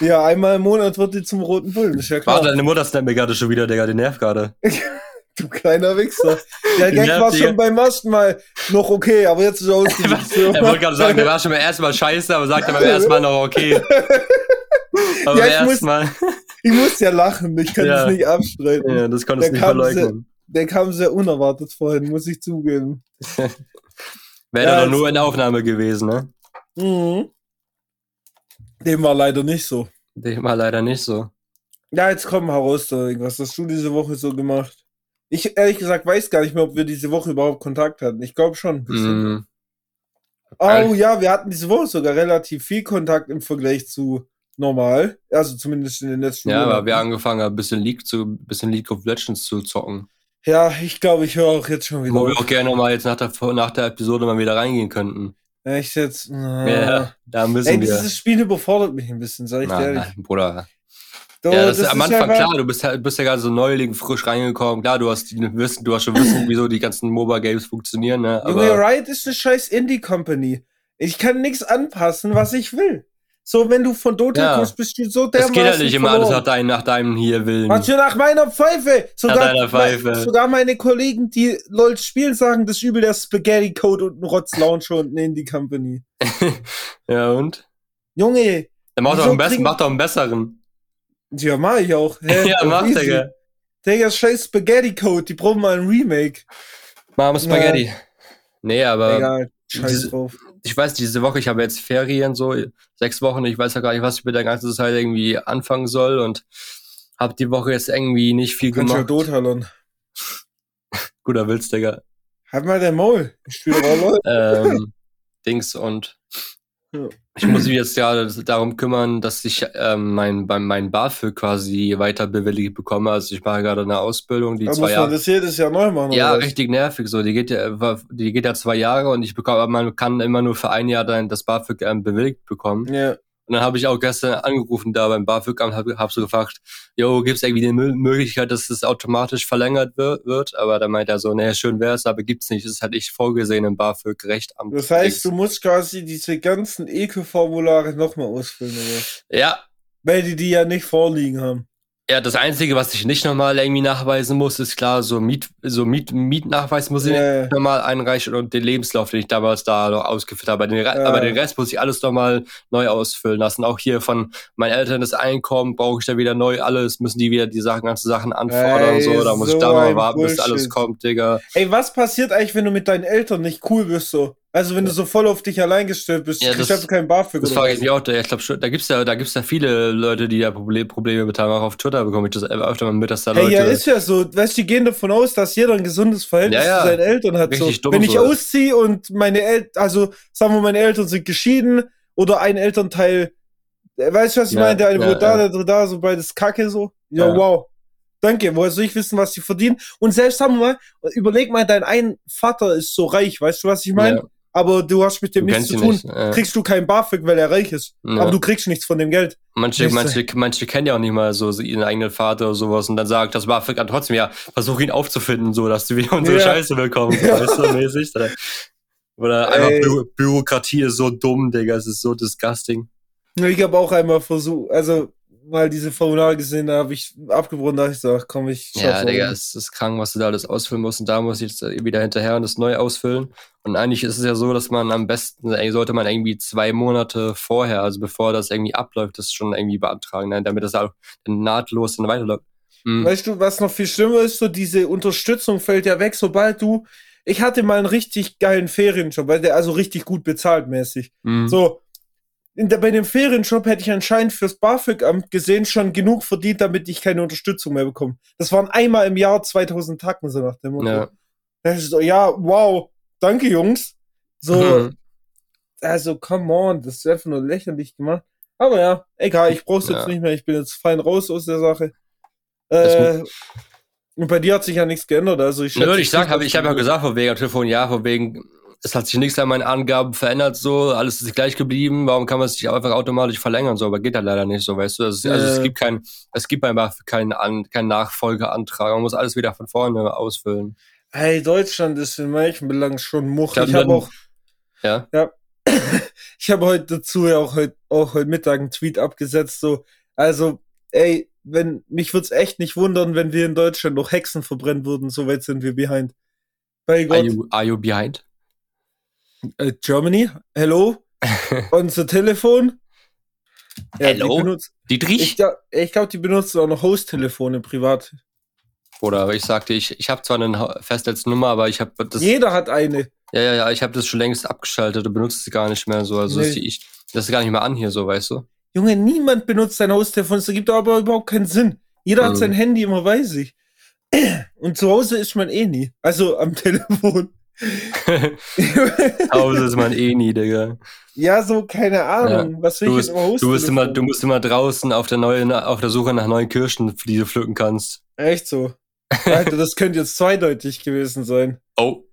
S2: ja, einmal im Monat wird die zum roten Bullen, ist ja klar.
S1: Warte, deine Mutter snappt mir gerade schon wieder, Digga, die nervt gerade.
S2: Du kleiner Wichser. Der
S1: Die
S2: Gag
S1: nervt,
S2: war
S1: Digga.
S2: schon beim ersten Mal noch okay, aber jetzt ist er
S1: Er wollte
S2: ausgesetzt.
S1: gerade sagen, der war schon beim ersten Mal scheiße, aber sagt er beim ersten Mal noch okay. Aber
S2: Ja,
S1: beim
S2: ich muss-
S1: ersten Mal,
S2: Ich muss ja lachen, ich kann
S1: Ja.
S2: das nicht abstreiten.
S1: ja, das konntest du
S2: Der
S1: nicht
S2: kam so-
S1: verleugnen.
S2: Der kam sehr unerwartet vorhin, muss ich zugeben.
S1: Wäre
S2: Ja,
S1: ja, doch
S2: es-
S1: nur in der Aufnahme gewesen, ne?
S2: Mhm. Dem war leider nicht so.
S1: Dem war leider nicht so.
S2: Ja, jetzt komm heraus, Dominik. Was hast du diese Woche so gemacht? Ich ehrlich gesagt weiß gar nicht mehr, ob wir diese Woche überhaupt Kontakt hatten. Ich glaube schon. ein bisschen.
S1: Mhm.
S2: Oh
S1: Ehrlich?
S2: ja, wir hatten diese Woche sogar relativ viel Kontakt im Vergleich zu normal. Also zumindest in den letzten
S1: Ja,
S2: Monaten.
S1: weil wir angefangen haben, ein bisschen League, zu, ein bisschen League of Legends zu zocken.
S2: Ja, ich glaube, ich höre auch jetzt schon wieder.
S1: Wo wir
S2: auf.
S1: auch gerne mal jetzt nach der, nach der Episode mal wieder reingehen könnten.
S2: Echt jetzt? Na.
S1: Ja, da müssen
S2: Ey,
S1: wir.
S2: dieses Spiel überfordert mich ein bisschen, sag ich dir
S1: Nein,
S2: ehrlich.
S1: nein, Bruder.
S2: Doch,
S1: ja, das, ist am
S2: ja
S1: Anfang
S2: mal-
S1: klar, du bist, ja- bist ja gerade so neuling frisch reingekommen. Klar, du hast, die wissen, du hast schon wissen, wieso die ganzen MOBA-Games funktionieren, ne?
S2: Junge,
S1: Aber
S2: Riot ist eine scheiß Indie-Company. Ich kann nichts anpassen, was ich will. So, wenn du von Dota
S1: Ja.
S2: kommst, bist du so
S1: Das
S2: dermaßen
S1: geht ja nicht immer alles nach
S2: verloren.
S1: deinem, nach deinem hier Willen.
S2: Manche nach meiner Pfeife. Sogar,
S1: deiner Pfeife.
S2: sogar meine Kollegen, die LOL spielen, sagen, das ist übel der Spaghetti Code und ein Rotz Launcher und eine Indie Company.
S1: Ja, und?
S2: Junge,
S1: Dann mach doch,
S2: Wieso
S1: einen besseren,
S2: kriegen-
S1: mach doch einen besseren.
S2: ja, mach ich auch. Hä?
S1: Ja, mach,
S2: Easy.
S1: Digga.
S2: Digga, scheiß Spaghetti Code, die brauchen mal ein Remake.
S1: Mom Spaghetti. Nee, aber
S2: Egal, scheiß
S1: diese-
S2: drauf.
S1: ich weiß, diese Woche, ich habe jetzt Ferien, so sechs Wochen, ich weiß ja gar nicht, was ich mit der ganzen Zeit irgendwie anfangen soll und habe die Woche jetzt irgendwie nicht viel
S2: Kannst ja
S1: gemacht.
S2: Dota lernen.
S1: Guter Witz, Digga.
S2: Halt mal dein Maul. Ich spiele auch LOL.
S1: Ähm, Dings und
S2: Ja.
S1: ich muss mich jetzt gerade darum kümmern, dass ich ähm, mein, beim mein BAföG quasi weiter bewilligt bekomme. Also ich mache gerade eine Ausbildung, die
S2: Da muss
S1: zwei
S2: man
S1: Jahre.
S2: das jedes Jahr neu machen.
S1: Ja,
S2: oder was?
S1: richtig nervig. So, die geht ja, äh, wa- die geht ja zwei Jahre und ich bekomme, aber man kann immer nur für ein Jahr dann das BAföG ähm, bewilligt bekommen.
S2: Ja.
S1: Und dann habe ich auch gestern angerufen da beim BAföG-Amt, habe hab so gefragt, jo, gibt's irgendwie eine Mö- Möglichkeit, dass es automatisch verlängert wir- wird? Aber dann meint er so, naja, schön wär's, aber gibt's nicht. Das ist halt nicht vorgesehen im BAföG-Recht am
S2: Das heißt, du musst quasi diese ganzen Ekelformulare nochmal ausfüllen, oder?
S1: Ja,
S2: Weil die die ja nicht vorliegen haben.
S1: Ja, das Einzige, was ich nicht nochmal irgendwie nachweisen muss, ist klar, so Miet, so Miet, Mietnachweis muss ich
S2: Ja, ja.
S1: nochmal einreichen und den Lebenslauf, den ich damals da noch ausgefüllt habe. Aber Den, Re-
S2: Ja.
S1: Aber den Rest muss ich alles nochmal neu ausfüllen lassen. Auch hier von meinen Eltern das Einkommen brauche ich da wieder neu alles, müssen die wieder die Sachen, ganzen Sachen anfordern und
S2: Ey,
S1: so. Da muss
S2: so
S1: ich da noch
S2: ein
S1: warten, bis alles
S2: Bullshit.
S1: kommt, Digga.
S2: Ey, was passiert eigentlich, wenn du mit deinen Eltern nicht cool bist so? Also wenn du so voll auf dich allein gestellt bist,
S1: Ja,
S2: ja, kriegst
S1: das-
S2: du kein BAföG
S1: Das
S2: oder
S1: frage ich
S2: was?
S1: mich auch. Da- Ich glaube, da gibt's ja, da gibt's ja viele Leute, die da Proble Probleme mit haben. Auch auf Twitter bekomme ich das öfter mal mit, dass da
S2: Hey,
S1: Leute.
S2: ja, ist ja so. Weißt du, die gehen davon aus, dass jeder ein gesundes Verhältnis
S1: Ja, ja.
S2: zu seinen Eltern hat. So.
S1: Richtig dumm,
S2: Wenn ich
S1: so.
S2: ausziehe und meine Eltern, also sagen wir, meine Eltern sind geschieden oder ein Elternteil, äh, weißt du, was ich
S1: Ja,
S2: meine? Der eine
S1: ja,
S2: wohnt da,
S1: ja.
S2: der andere da, so beides Kacke so. Ja,
S1: Ja.
S2: wow. Danke, woher soll ich wissen, was die verdienen? Und selbst sagen wir mal, überleg mal, dein ein Vater ist so reich, weißt du, was ich meine?
S1: Ja.
S2: Aber du hast mit dem
S1: du kennst
S2: nichts zu
S1: ihn
S2: tun.
S1: nicht. Ja.
S2: Kriegst du kein BAföG, weil er reich ist.
S1: Ja.
S2: Aber du kriegst nichts von dem Geld.
S1: Manche,
S2: Nicht so.
S1: manche, manche kennen ja auch nicht mal so ihren eigenen Vater oder sowas und dann sagt das BAföG dann trotzdem, ja, versuch ihn aufzufinden, so dass du wieder unsere
S2: Ja.
S1: Scheiße bekommst,
S2: Ja.
S1: weißt du, mäßig. Oder, oder einfach
S2: Ey.
S1: Bü Bürokratie ist so dumm, Digga, es ist so disgusting.
S2: Ich habe auch einmal versucht, also mal diese Formulare gesehen, da habe ich abgebrochen, da hab ich so, ach komm, ich schaff's
S1: Ja,
S2: auch
S1: Digga,
S2: nicht.
S1: es ist krank, was du da alles ausfüllen musst und da muss ich jetzt äh, wieder hinterher und das neu ausfüllen. Und eigentlich ist es ja so, dass man am besten, eigentlich sollte man irgendwie zwei Monate vorher, also bevor das irgendwie abläuft, das schon irgendwie beantragen, ne, damit das auch nahtlos dann weiterläuft. Hm.
S2: Weißt du, was noch viel schlimmer ist, so diese Unterstützung fällt ja weg, sobald du. Ich hatte mal einen richtig geilen Ferienjob, weil der also richtig gut bezahlt mäßig.
S1: Hm.
S2: So, in der, bei dem Ferienjob hätte ich anscheinend fürs BAföG-Amt gesehen schon genug verdient, damit ich keine Unterstützung mehr bekomme. Das waren einmal im Jahr 2000 Tacken, so nach dem Motto.
S1: ja.
S2: Das ist so, ja, wow, danke Jungs. So,
S1: Mhm.
S2: also come on, das ist einfach nur lächerlich gemacht. Aber ja, egal, ich brauch's jetzt
S1: Ja.
S2: nicht mehr. Ich bin jetzt fein raus aus der Sache.
S1: Das
S2: Äh, und bei dir hat sich ja nichts geändert. Also ich
S1: Ja,
S2: schätze,
S1: würde ich sagen,
S2: dass
S1: hab, ich habe ja gesagt, von wegen am Telefon, ja, von wegen, es hat sich nichts an meinen Angaben verändert, so, alles ist gleich geblieben, warum kann man es nicht einfach automatisch verlängern, so, aber geht halt leider nicht so, weißt du, das ist, also es
S2: Ja.
S1: gibt kein, es gibt einfach keinen an, keinen Nachfolgeantrag, man muss alles wieder von vorne ausfüllen.
S2: Hey, Deutschland ist in manchen Belangen schon much.
S1: Dann-
S2: Ich habe
S1: dann-
S2: auch,
S1: Ja,
S2: ich habe heute dazu ja auch heute, auch heute Mittag einen Tweet abgesetzt. So, also, ey, wenn, mich würde es echt nicht wundern, wenn wir in Deutschland noch Hexen verbrennen würden. So weit sind wir behind.
S1: are
S2: Bei Gott.
S1: you, are you behind?
S2: Äh, Germany, hello, unser Telefon.
S1: Hello?
S2: Die benutzt,
S1: Dietrich?
S2: ich glaub- ich glaube, die benutzen auch noch Host-Telefone privat.
S1: Oder ich sagte, ich, ich habe zwar eine Hau- Festnetznummer, aber ich habe das, ja,
S2: Jeder hat eine.
S1: ja, ja, ich habe das schon längst abgeschaltet und benutze es gar nicht mehr so, also
S2: Nee.
S1: das, ich, das ist gar nicht mehr an hier, so, weißt du?
S2: Junge, niemand benutzt sein Host-Telefon. Das ergibt aber überhaupt keinen Sinn. Jeder
S1: Mhm.
S2: hat sein Handy immer bei sich. Und zu Hause ist man eh nie. Also am Telefon.
S1: Hause ist man eh nie, Digga.
S2: ja, so, keine Ahnung. Was will
S1: Du
S2: ich
S1: bist-
S2: jetzt immer Host?
S1: Du bist immer, du bist immer draußen auf der neuen, auf der Suche nach neuen Kirschen, die du pflücken kannst.
S2: Echt so. Alter, das könnte jetzt zweideutig gewesen sein.
S1: Oh.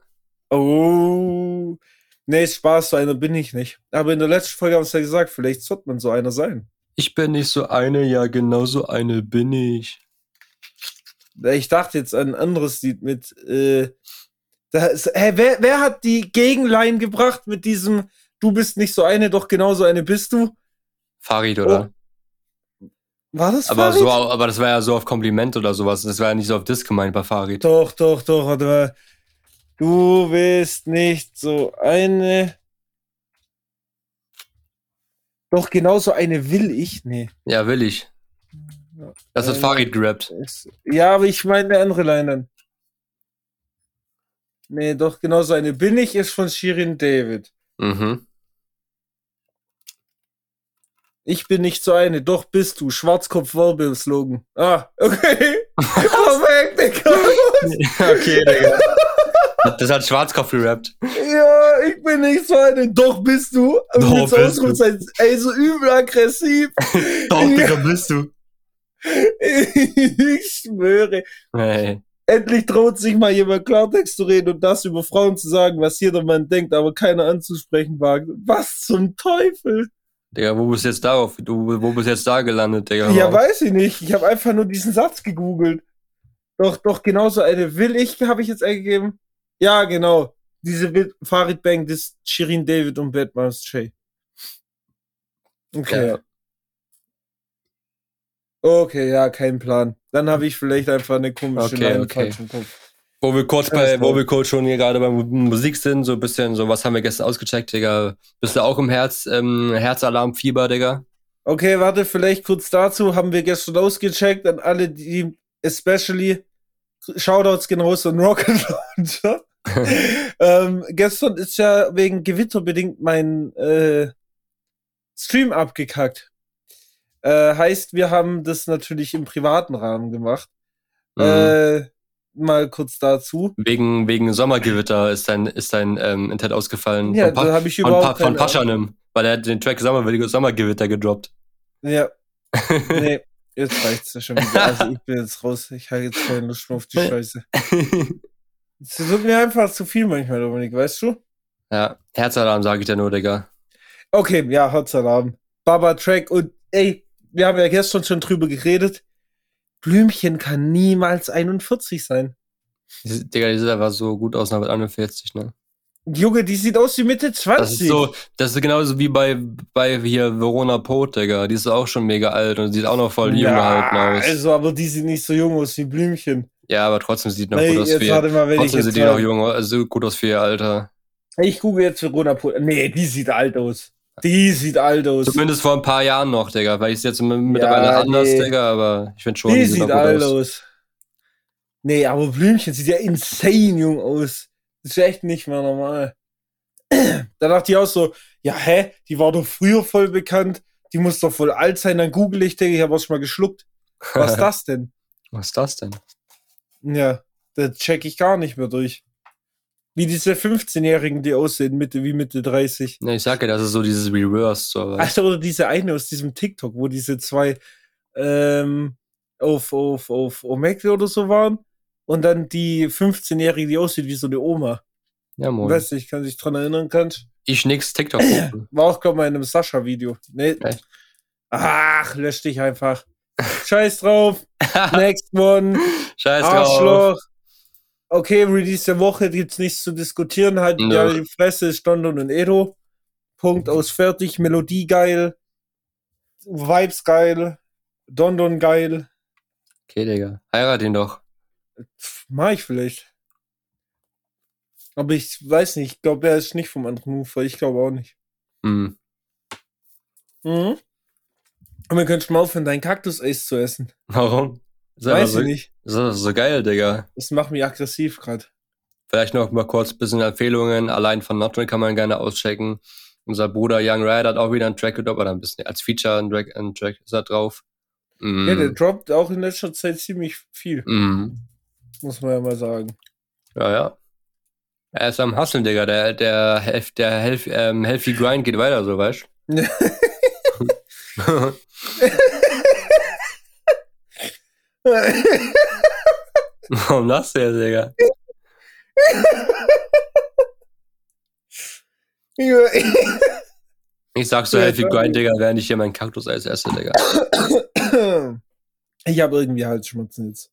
S2: Oh. Nee, ist Spaß, so einer bin ich nicht. Aber in der letzten Folge haben wir es ja gesagt, vielleicht sollte man so einer sein.
S1: Ich bin nicht so eine, ja, genau so eine bin ich.
S2: Ich dachte jetzt an ein anderes Lied mit, äh, da ist, hä, wer, wer hat die Gegenline gebracht mit diesem, du genau bist nicht so eine, doch genauso eine bist du?
S1: Farid, oder?
S2: War das
S1: aber,
S2: Farid?
S1: so, aber das war ja so auf Kompliment oder sowas. Das war ja nicht so auf Diss gemeint bei Farid.
S2: Doch, doch, doch. warte mal. Du bist nicht so eine. Doch, genau so eine will ich. Nee.
S1: Ja, will ich. Das hat
S2: Ähm,
S1: Farid gerappt.
S2: Es- Ja, aber ich meine eine andere Line dann. Nee, doch, genau so eine bin ich ist von Shirin David.
S1: Mhm.
S2: Ich bin nicht so eine, doch bist du. Schwarzkopf-Wahlbild-Slogan. Ah, okay. Perfekt, Digga.
S1: okay, Digga. Das hat Schwarzkopf gerappt.
S2: Ja, ich bin nicht so eine, doch bist du.
S1: Doch,
S2: Doch,
S1: bist du.
S2: Ausrufezeichen. Ey, so übel aggressiv.
S1: Doch, Digga, bist du.
S2: ich schwöre.
S1: Hey.
S2: Endlich traut sich mal jemand Klartext zu reden und das über Frauen zu sagen, was jeder Mann denkt, aber keiner anzusprechen wagt. Was zum Teufel?
S1: Digga, wo bist du jetzt darauf? Du, wo bist du jetzt da gelandet, Digga?
S2: Ja, weiß ich nicht. Ich habe einfach nur diesen Satz gegoogelt. Doch, doch, genauso eine will ich, habe ich jetzt eingegeben. Ja, genau. Diese will Farid Bang, das Shirin David und Batman's Jay. Okay.
S1: Ja.
S2: Okay, ja, kein Plan. Dann habe ich vielleicht einfach eine komische
S1: Okay,
S2: Line
S1: okay.
S2: falsch im Kopf.
S1: Wo wir kurz
S2: Alles
S1: bei,
S2: klar.
S1: wo wir kurz schon hier gerade bei Mu- Musik sind, so ein bisschen, so was haben wir gestern ausgecheckt, Digga? Bist du auch im Herz, ähm, Herzalarmfieber, Digga?
S2: Okay, warte, vielleicht kurz dazu. Haben wir gestern ausgecheckt an alle, die, especially, Shoutouts gehen raus an Rocket Launcher. ähm, gestern ist ja wegen Gewitter bedingt mein äh, Stream abgekackt. Äh, heißt, wir haben das natürlich im privaten Rahmen gemacht.
S1: Mhm.
S2: Äh, mal kurz dazu.
S1: Wegen, wegen Sommergewitter ist dein, ist dein ähm, Internet ausgefallen.
S2: Ja,
S1: von
S2: da habe ich
S1: von,
S2: überhaupt
S1: pa von
S2: keine-
S1: Paschanim, weil er hat den Track Sommer, Sommergewitter gedroppt.
S2: Ja. Nee, jetzt reicht's ja schon wieder. Also ich bin jetzt raus. Ich habe jetzt keine Lust mehr auf die Scheiße. Es wird mir einfach zu viel manchmal, Dominik, weißt du?
S1: ja, Herzalarm sage ich dir nur, Digga.
S2: Okay, ja, Hotsalam. Baba Track und ey, wir haben ja gestern schon drüber geredet. Blümchen kann niemals 41 sein.
S1: Die, Digga, die sieht einfach so gut aus nach 41, ne?
S2: Junge, die sieht aus wie Mitte 20.
S1: Das ist so, das ist genauso wie bei, bei hier Verona Poth, Digga. Die ist auch schon mega alt und sieht auch noch voll jung halt, gehalten aus.
S2: Also, aber die sieht nicht so jung aus wie Blümchen.
S1: ja, aber trotzdem sieht noch
S2: Nee,
S1: gut aus
S2: jetzt
S1: für ihr.
S2: warte mal, wenn ich
S1: Trotzdem
S2: jetzt halt
S1: sieht die noch
S2: mal,
S1: jung, also gut aus für ihr Alter.
S2: Ich gucke jetzt Verona Pol. Nee, die sieht alt aus. Die sieht alt aus.
S1: Zumindest vor ein paar Jahren noch, Digga. Weil ich jetzt m- mittlerweile
S2: Ja,
S1: anders,
S2: nee.
S1: Digga, aber ich finde schon,
S2: Die
S1: noch
S2: sieht
S1: gut
S2: alt
S1: aus.
S2: aus. Nee, aber Blümchen sieht ja insane jung aus. Das ist echt nicht mehr normal. Da dachte ich auch so, ja, hä? Die war doch früher voll bekannt. Die muss doch voll alt sein. Dann google ich, denke ich, habe auch schon mal geschluckt. Was ist das denn?
S1: Was ist das denn?
S2: Ja, da check ich gar nicht mehr durch. Wie diese 15-Jährigen, die aussehen, Mitte, wie Mitte 30.
S1: Ne, ich sag ja, das ist so dieses Reverse, so. aber-
S2: Also, oder diese eine aus diesem TikTok, wo diese zwei ähm, auf, auf, auf Omegle oder so waren. Und dann die 15-Jährige, die aussieht wie so eine Oma.
S1: Ja, moin.
S2: Weißt du, ich kann dich dran erinnern, kannst.
S1: Ich nix TikTok gucken.
S2: War auch, glaube ich, mal in einem Sascha-Video. Nee.
S1: Echt?
S2: Ach, lösch dich einfach. Scheiß drauf. Next one.
S1: Scheiß drauf.
S2: Arschloch. Okay, Release der Woche gibt's nichts zu diskutieren. Halt
S1: Nö. Mhm.
S2: ja die Fresse, ist London und Edo. Punkt aus fertig. Melodie geil. Vibes geil. London geil.
S1: Okay, Digga. Heirat ihn doch.
S2: Pff, mach ich vielleicht. Aber ich weiß nicht, ich glaube, er ist nicht vom anderen Ufer. Ich glaube auch nicht.
S1: Hm.
S2: Mhm. Und wir können schon mal aufhören, dein Kaktus-Eis zu essen.
S1: Warum? Ist einfach
S2: weiß
S1: so,
S2: ich nicht.
S1: Ist einfach so geil, Digga.
S2: Das macht mich aggressiv gerade.
S1: Vielleicht noch mal kurz ein bisschen Empfehlungen. Allein von Notwin kann man gerne auschecken. Unser Bruder Young Rider hat auch wieder einen Track gedroppt, oder ein bisschen als Feature einen Track, einen Track ist da drauf. Mm.
S2: Ja, der droppt auch in letzter Zeit ziemlich viel,
S1: mm.
S2: muss man ja mal sagen.
S1: Ja, ja. Er ist am Hustlen, Digga. Der, der, Hef- der Hef- ähm, Healthy Grind geht weiter, so weißt du? Warum lachst du jetzt, Digga? Ich sag so
S2: Ja,
S1: Healthy
S2: sorry.
S1: Grind, Digga, während ich hier meinen Kaktus als esse, Digga.
S2: Ich habe irgendwie Halsschmerzen jetzt.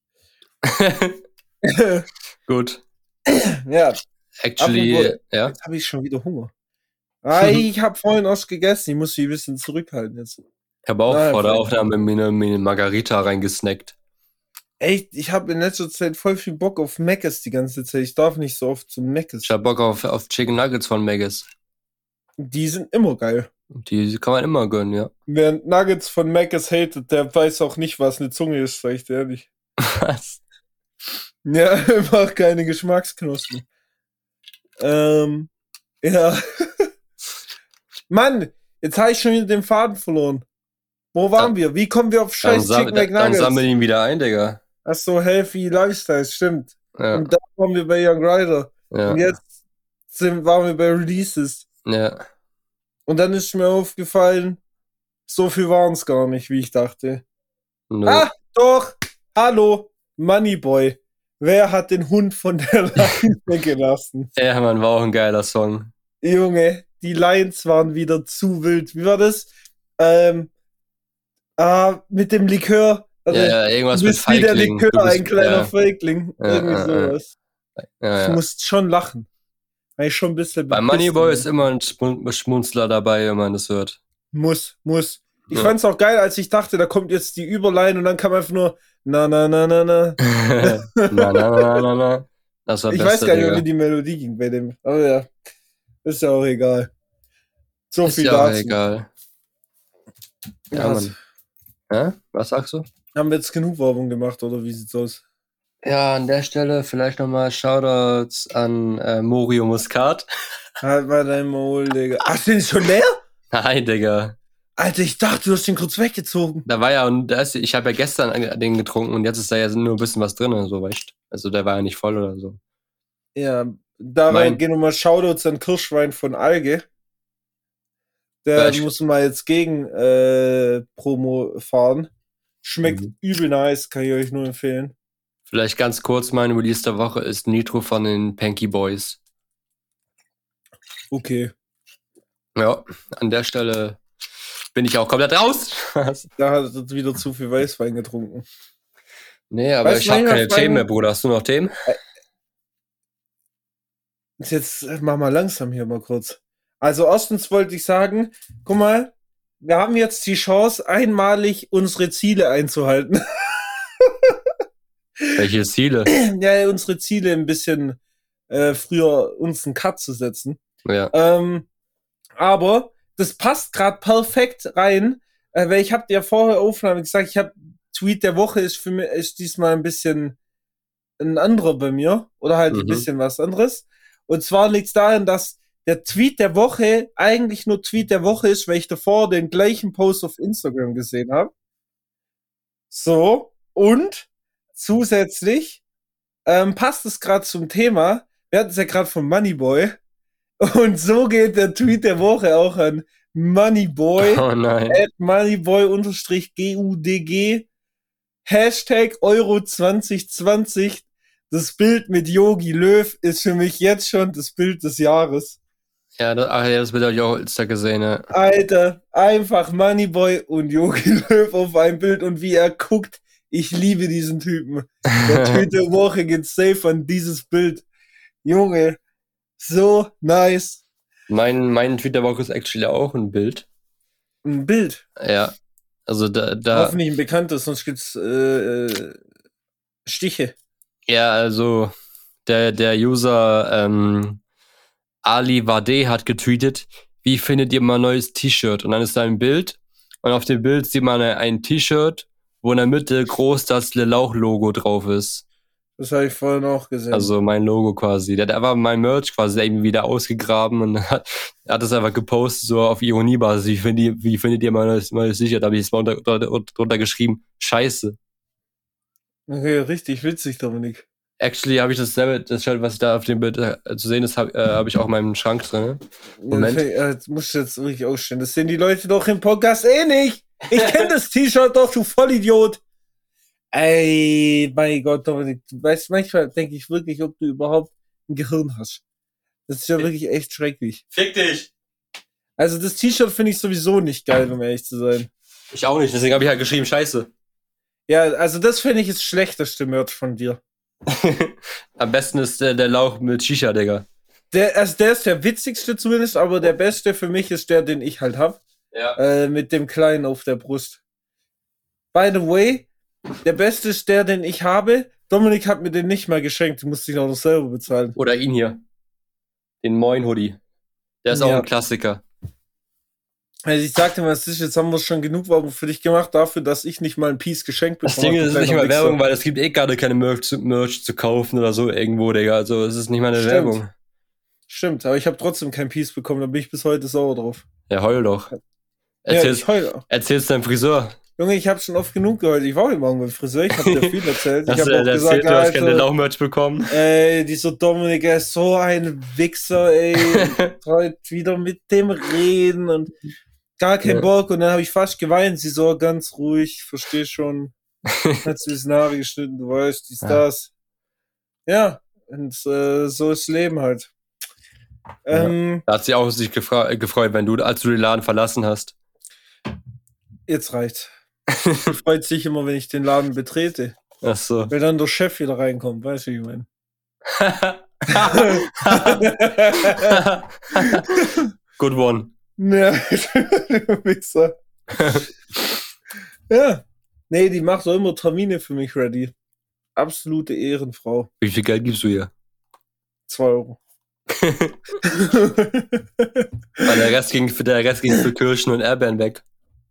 S1: Gut.
S2: ja, jetzt
S1: Actually,
S2: Apropos-
S1: ja.
S2: habe ich schon wieder Hunger. Ah, ich habe vorhin was gegessen. Ich muss mich ein bisschen zurückhalten jetzt.
S1: Ich habe auch
S2: Ah,
S1: vor der
S2: vielleicht.
S1: Aufnahme mir eine, mir eine Margarita reingesnackt.
S2: Echt, ich habe in letzter Zeit voll viel Bock auf Meckes die ganze Zeit. Ich darf nicht so oft zu Meckes.
S1: Ich habe Bock auf, auf Chicken Nuggets von Maggis.
S2: Die sind immer geil.
S1: Die kann man immer gönnen, ja.
S2: Wer Nuggets von Meckes hatet, der weiß auch nicht, was eine Zunge ist, sag ich dir ehrlich.
S1: Was?
S2: Ja, einfach keine Geschmacksknospen. Ähm, ja. Mann, jetzt habe ich schon wieder den Faden verloren. Wo waren wir? Wie kommen wir auf
S1: Dann,
S2: scheiß
S1: sam
S2: Chicken
S1: dann, dann sammel
S2: McNuggets?
S1: ihn wieder ein, Digga.
S2: Ach so, Healthy Lifestyles, stimmt.
S1: Ja,
S2: Und da waren wir bei Young Rider.
S1: ja,
S2: Und jetzt sind, waren wir bei Releases.
S1: ja.
S2: Und dann ist mir aufgefallen, so viel waren es gar nicht, wie ich dachte.
S1: Nö.
S2: Ah, doch. Hallo, Moneyboy. Wer hat den Hund von der Leine gelassen?
S1: Ja, man, war auch ein geiler Song.
S2: Junge, die Lines waren wieder zu wild. Wie war das? Ähm, ah, mit dem Likör. Also,
S1: ja, ja, irgendwas
S2: du
S1: mit
S2: bist wie der
S1: Feigling.
S2: Likör,
S1: Du bist-
S2: ein kleiner
S1: ja,
S2: Feigling.
S1: Ja,
S2: Irgendwie
S1: ja, ja.
S2: sowas.
S1: ja,
S2: Du
S1: ja.
S2: musst schon lachen. Weil ich schon ein bisschen.
S1: Bei
S2: bepisst
S1: Moneyboy
S2: bin.
S1: ist immer ein Schmun- Schmunzler dabei, wenn man das hört.
S2: Muss, muss. Ich
S1: Ja.
S2: fand's auch geil, als ich dachte, da kommt jetzt die Überline und dann kam einfach nur na, na, na, na, na.
S1: na, na, na, na, na. Das war
S2: Ich
S1: beste,
S2: weiß gar nicht,
S1: Digga.
S2: wie die Melodie ging bei dem. Aber ja, ist ja auch egal. So
S1: Ist
S2: viel
S1: ja auch
S2: dazu.
S1: egal. Ja,
S2: Krass.
S1: Mann. Ja? Was sagst du?
S2: Haben wir jetzt genug Werbung gemacht oder wie sieht's aus?
S1: Ja, an der Stelle vielleicht nochmal Shoutouts an äh, Morio Muscat.
S2: Halt mal dein Maul, Digga. Ach, sind die schon leer?
S1: Nein, Digga.
S2: Alter, ich dachte, du hast den kurz weggezogen.
S1: Da war ja, und da ist, ich habe ja gestern an- den getrunken und jetzt ist da ja nur ein bisschen was drin, so weißt du. Also der war ja nicht voll oder so.
S2: Ja, da
S1: Mein-
S2: gehen nochmal Shoutouts an Kirschwein von Alge. Der
S1: Ja, ich-
S2: muss mal jetzt gegen äh, Promo fahren. Schmeckt
S1: Mhm.
S2: übel nice, kann ich euch nur empfehlen.
S1: Vielleicht ganz kurz, mein Release der Woche ist Nitro von den Panky Boys.
S2: Okay,
S1: Ja, an der Stelle bin ich auch komplett raus.
S2: da hat er wieder zu viel Weißwein getrunken.
S1: nee, aber
S2: Weißt du,
S1: ich habe
S2: meine
S1: keine
S2: Frage-
S1: Themen mehr, Bruder. Hast du noch Themen?
S2: Jetzt äh, mach mal langsam hier mal kurz. Also erstens wollte ich sagen, guck mal, wir haben jetzt die Chance, einmalig unsere Ziele einzuhalten.
S1: Welche Ziele?
S2: ja, unsere Ziele ein bisschen äh, früher uns einen Cut zu setzen.
S1: Ja.
S2: Ähm, aber das passt gerade perfekt rein, äh, weil ich habe dir vorher Aufnahme gesagt, ich habe Tweet der Woche ist für mich ist diesmal ein bisschen ein anderer bei mir oder halt ein
S1: Mhm.
S2: bisschen was anderes. Und zwar liegt es darin, dass der Tweet der Woche eigentlich nur Tweet der Woche ist, weil ich davor den gleichen Post auf Instagram gesehen habe. So und zusätzlich ähm, passt es gerade zum Thema. Wir hatten es ja gerade von Moneyboy. Und so geht der Tweet der Woche auch an Moneyboy,
S1: Oh nein.
S2: at moneyboy-gudg, Hashtag Euro 2020. Das Bild mit Yogi Löw ist für mich jetzt schon das Bild des Jahres.
S1: Ja, das, ach, ja, das Bild habe ich auch auf Insta gesehen. Ja.
S2: Alter, einfach Moneyboy und Yogi Löw auf einem Bild und wie er guckt. Ich liebe diesen Typen. Der Tweet der Woche geht safe an dieses Bild. Junge, so nice.
S1: mein, mein Tweet der Woche ist actually auch ein Bild.
S2: Ein Bild.
S1: Ja. Also da, da
S2: Hoffentlich ein bekanntes, sonst gibt's äh, äh, Stiche.
S1: ja, also der, der User ähm, Ali Wade hat getweetet, wie findet ihr mein neues T-Shirt? Und dann ist da ein Bild und auf dem Bild sieht man ein, ein T-Shirt, wo in der Mitte groß das Lelauch-Logo drauf ist.
S2: Das habe ich vorhin auch gesehen.
S1: Also mein Logo quasi. Der hat einfach mein Merch quasi irgendwie wieder ausgegraben und hat, hat das einfach gepostet, so auf Ironiebasis. Wie, find ihr- wie findet ihr mein neues, neues T-Shirt? Da habe ich jetzt mal unter, unter, drunter geschrieben, scheiße.
S2: okay, richtig witzig, Dominik.
S1: Actually habe ich dasselbe, das Shirt, was da auf dem Bild äh, zu sehen ist, habe äh, hab ich auch in meinem Schrank drin. Moment.
S2: Ja, das- äh, Das musst du jetzt wirklich ausstellen. Das sehen die Leute doch im Podcast eh nicht. Ich kenne das T-Shirt doch, du Vollidiot. Ey, mein Gott, Dominik. Du weißt, manchmal denke ich wirklich, ob du überhaupt ein Gehirn hast. Das ist ja wirklich echt schrecklich.
S1: Fick dich!
S2: Also das T-Shirt finde ich sowieso nicht geil, um ehrlich zu sein.
S1: Ich auch nicht, deswegen habe ich halt geschrieben, scheiße.
S2: Ja, also das finde ich ist schlechteste Merch von dir.
S1: Am besten ist äh, der, der Lauch mit Shisha, Digga.
S2: Der, also der ist der witzigste zumindest, aber der beste für mich ist der, den ich halt hab.
S1: Ja.
S2: äh, mit dem Kleinen auf der Brust. By the way, der beste ist der, den ich habe. Dominik hat mir den nicht mal geschenkt, den musste ich auch noch selber bezahlen.
S1: Oder ihn hier. Den Moin Hoodie. Der ist auch
S2: Ja.
S1: ein Klassiker.
S2: Also ich sagte mal, es ist jetzt haben wir schon genug Werbung für dich gemacht, dafür, dass ich nicht mal ein Piece geschenkt bekomme.
S1: Das Ding ist, es ist nicht mal Werbung, weil es gibt eh gerade keine Merch zu, Merch zu kaufen oder so irgendwo, Digga. Also es ist nicht mal eine
S2: Stimmt.
S1: Werbung.
S2: Stimmt, aber ich habe trotzdem kein Piece bekommen, da bin ich bis heute sauer drauf.
S1: Ja, heul doch.
S2: Ja,
S1: Erzähl's,
S2: ich heule. auch.
S1: erzähl's deinem Friseur.
S2: Junge, ich habe schon oft genug geheult. Ich war heute Morgen beim Friseur, ich habe dir viel erzählt. Ich
S1: Hast du
S2: habe auch
S1: erzählt,
S2: gesagt,
S1: äh,
S2: also
S1: du hast keine
S2: Alter,
S1: Lauch-Merch bekommen?
S2: Ey, dieser Dominik, er ist so ein Wichser, ey. Heute wieder mit dem reden und gar kein
S1: Ja.
S2: Bock. Und dann habe ich fast geweint. Sie so, ganz ruhig, verstehe schon. Hat sie das Haare geschnitten, du weißt, dies,
S1: Ja.
S2: das. Ja, und äh, so ist Leben halt. Ähm,
S1: Da hat sie auch sich gefra- äh, gefreut, wenn du, als du den Laden verlassen hast.
S2: Jetzt reicht. Freut sich immer, wenn ich den Laden betrete.
S1: Ach so.
S2: Wenn dann der Chef wieder reinkommt, weißt du, wie ich meine. Äh.
S1: Good one.
S2: Ja, du Wichser. ja. Nee, die macht auch immer Termine für mich ready. Absolute Ehrenfrau.
S1: Wie viel Geld gibst du ihr?
S2: Zwei Euro.
S1: Weil der Rest ging, der Rest ging für Kirschen und Erdbeeren weg.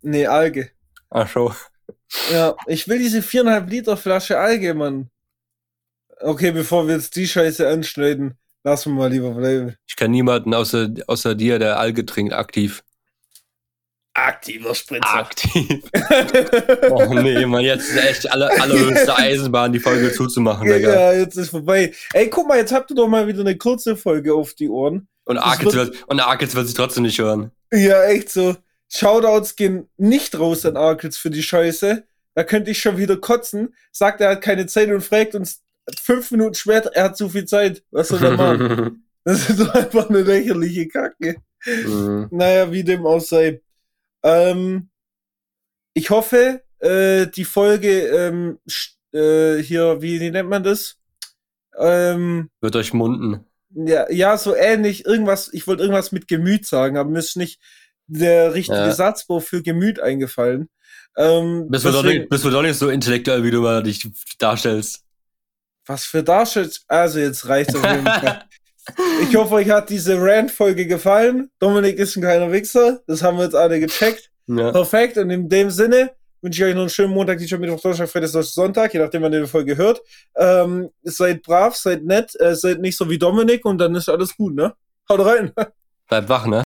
S2: nee, Alge.
S1: Ach so.
S2: Ja, ich will diese viereinhalb Liter Flasche Alge, Mann. Okay, bevor wir jetzt die Scheiße anschneiden, lassen wir mal lieber bleiben.
S1: Ich kenne niemanden außer, außer dir, der Alge trinkt, aktiv.
S2: Aktiver Spritzer.
S1: Aktiv. Oh nee, man, jetzt ist echt alle, allerhöchste Eisenbahn, die Folge zuzumachen, Digga.
S2: ja, jetzt ist vorbei. Ey, guck mal, jetzt habt ihr doch mal wieder eine kurze Folge auf die Ohren.
S1: Und Arkels wird, und Arkels wird sich trotzdem nicht hören.
S2: Ja, echt so. Shoutouts gehen nicht raus an Arkels für die Scheiße. Da könnte ich schon wieder kotzen. Sagt, er hat keine Zeit und fragt uns fünf Minuten später, er hat zu viel Zeit. Was soll er machen? Das ist doch einfach eine lächerliche Kacke.
S1: Mhm.
S2: Naja, wie dem auch sei. Ähm, ich hoffe, äh, die Folge ähm, sch- äh, hier, wie, wie nennt man das? Ähm,
S1: Wird euch munden.
S2: ja, ja, so ähnlich. Irgendwas, ich wollte irgendwas mit Gemüt sagen, aber mir ist nicht der richtige
S1: Ja.
S2: Satzbau für Gemüt eingefallen. Ähm,
S1: Bist du, doch
S2: deswegen-
S1: nicht, bist du doch nicht so intellektuell, wie du mal dich darstellst.
S2: was für Darstellung. Also jetzt reicht auf jeden Fall. Ich hoffe, euch hat diese Rant-Folge gefallen. Dominik ist ein kleiner Wichser. Das haben wir jetzt alle gecheckt.
S1: Ja.
S2: Perfekt. Und in dem Sinne wünsche ich euch noch einen schönen Montag, Dienstag, Mittwoch, Donnerstag, Freitag, Samstag, Sonntag, je nachdem, wann ihr die Folge hört. Ähm, seid brav, seid nett, äh, seid nicht so wie Dominik und dann ist alles gut, ne? Haut rein.
S1: Bleib wach, ne?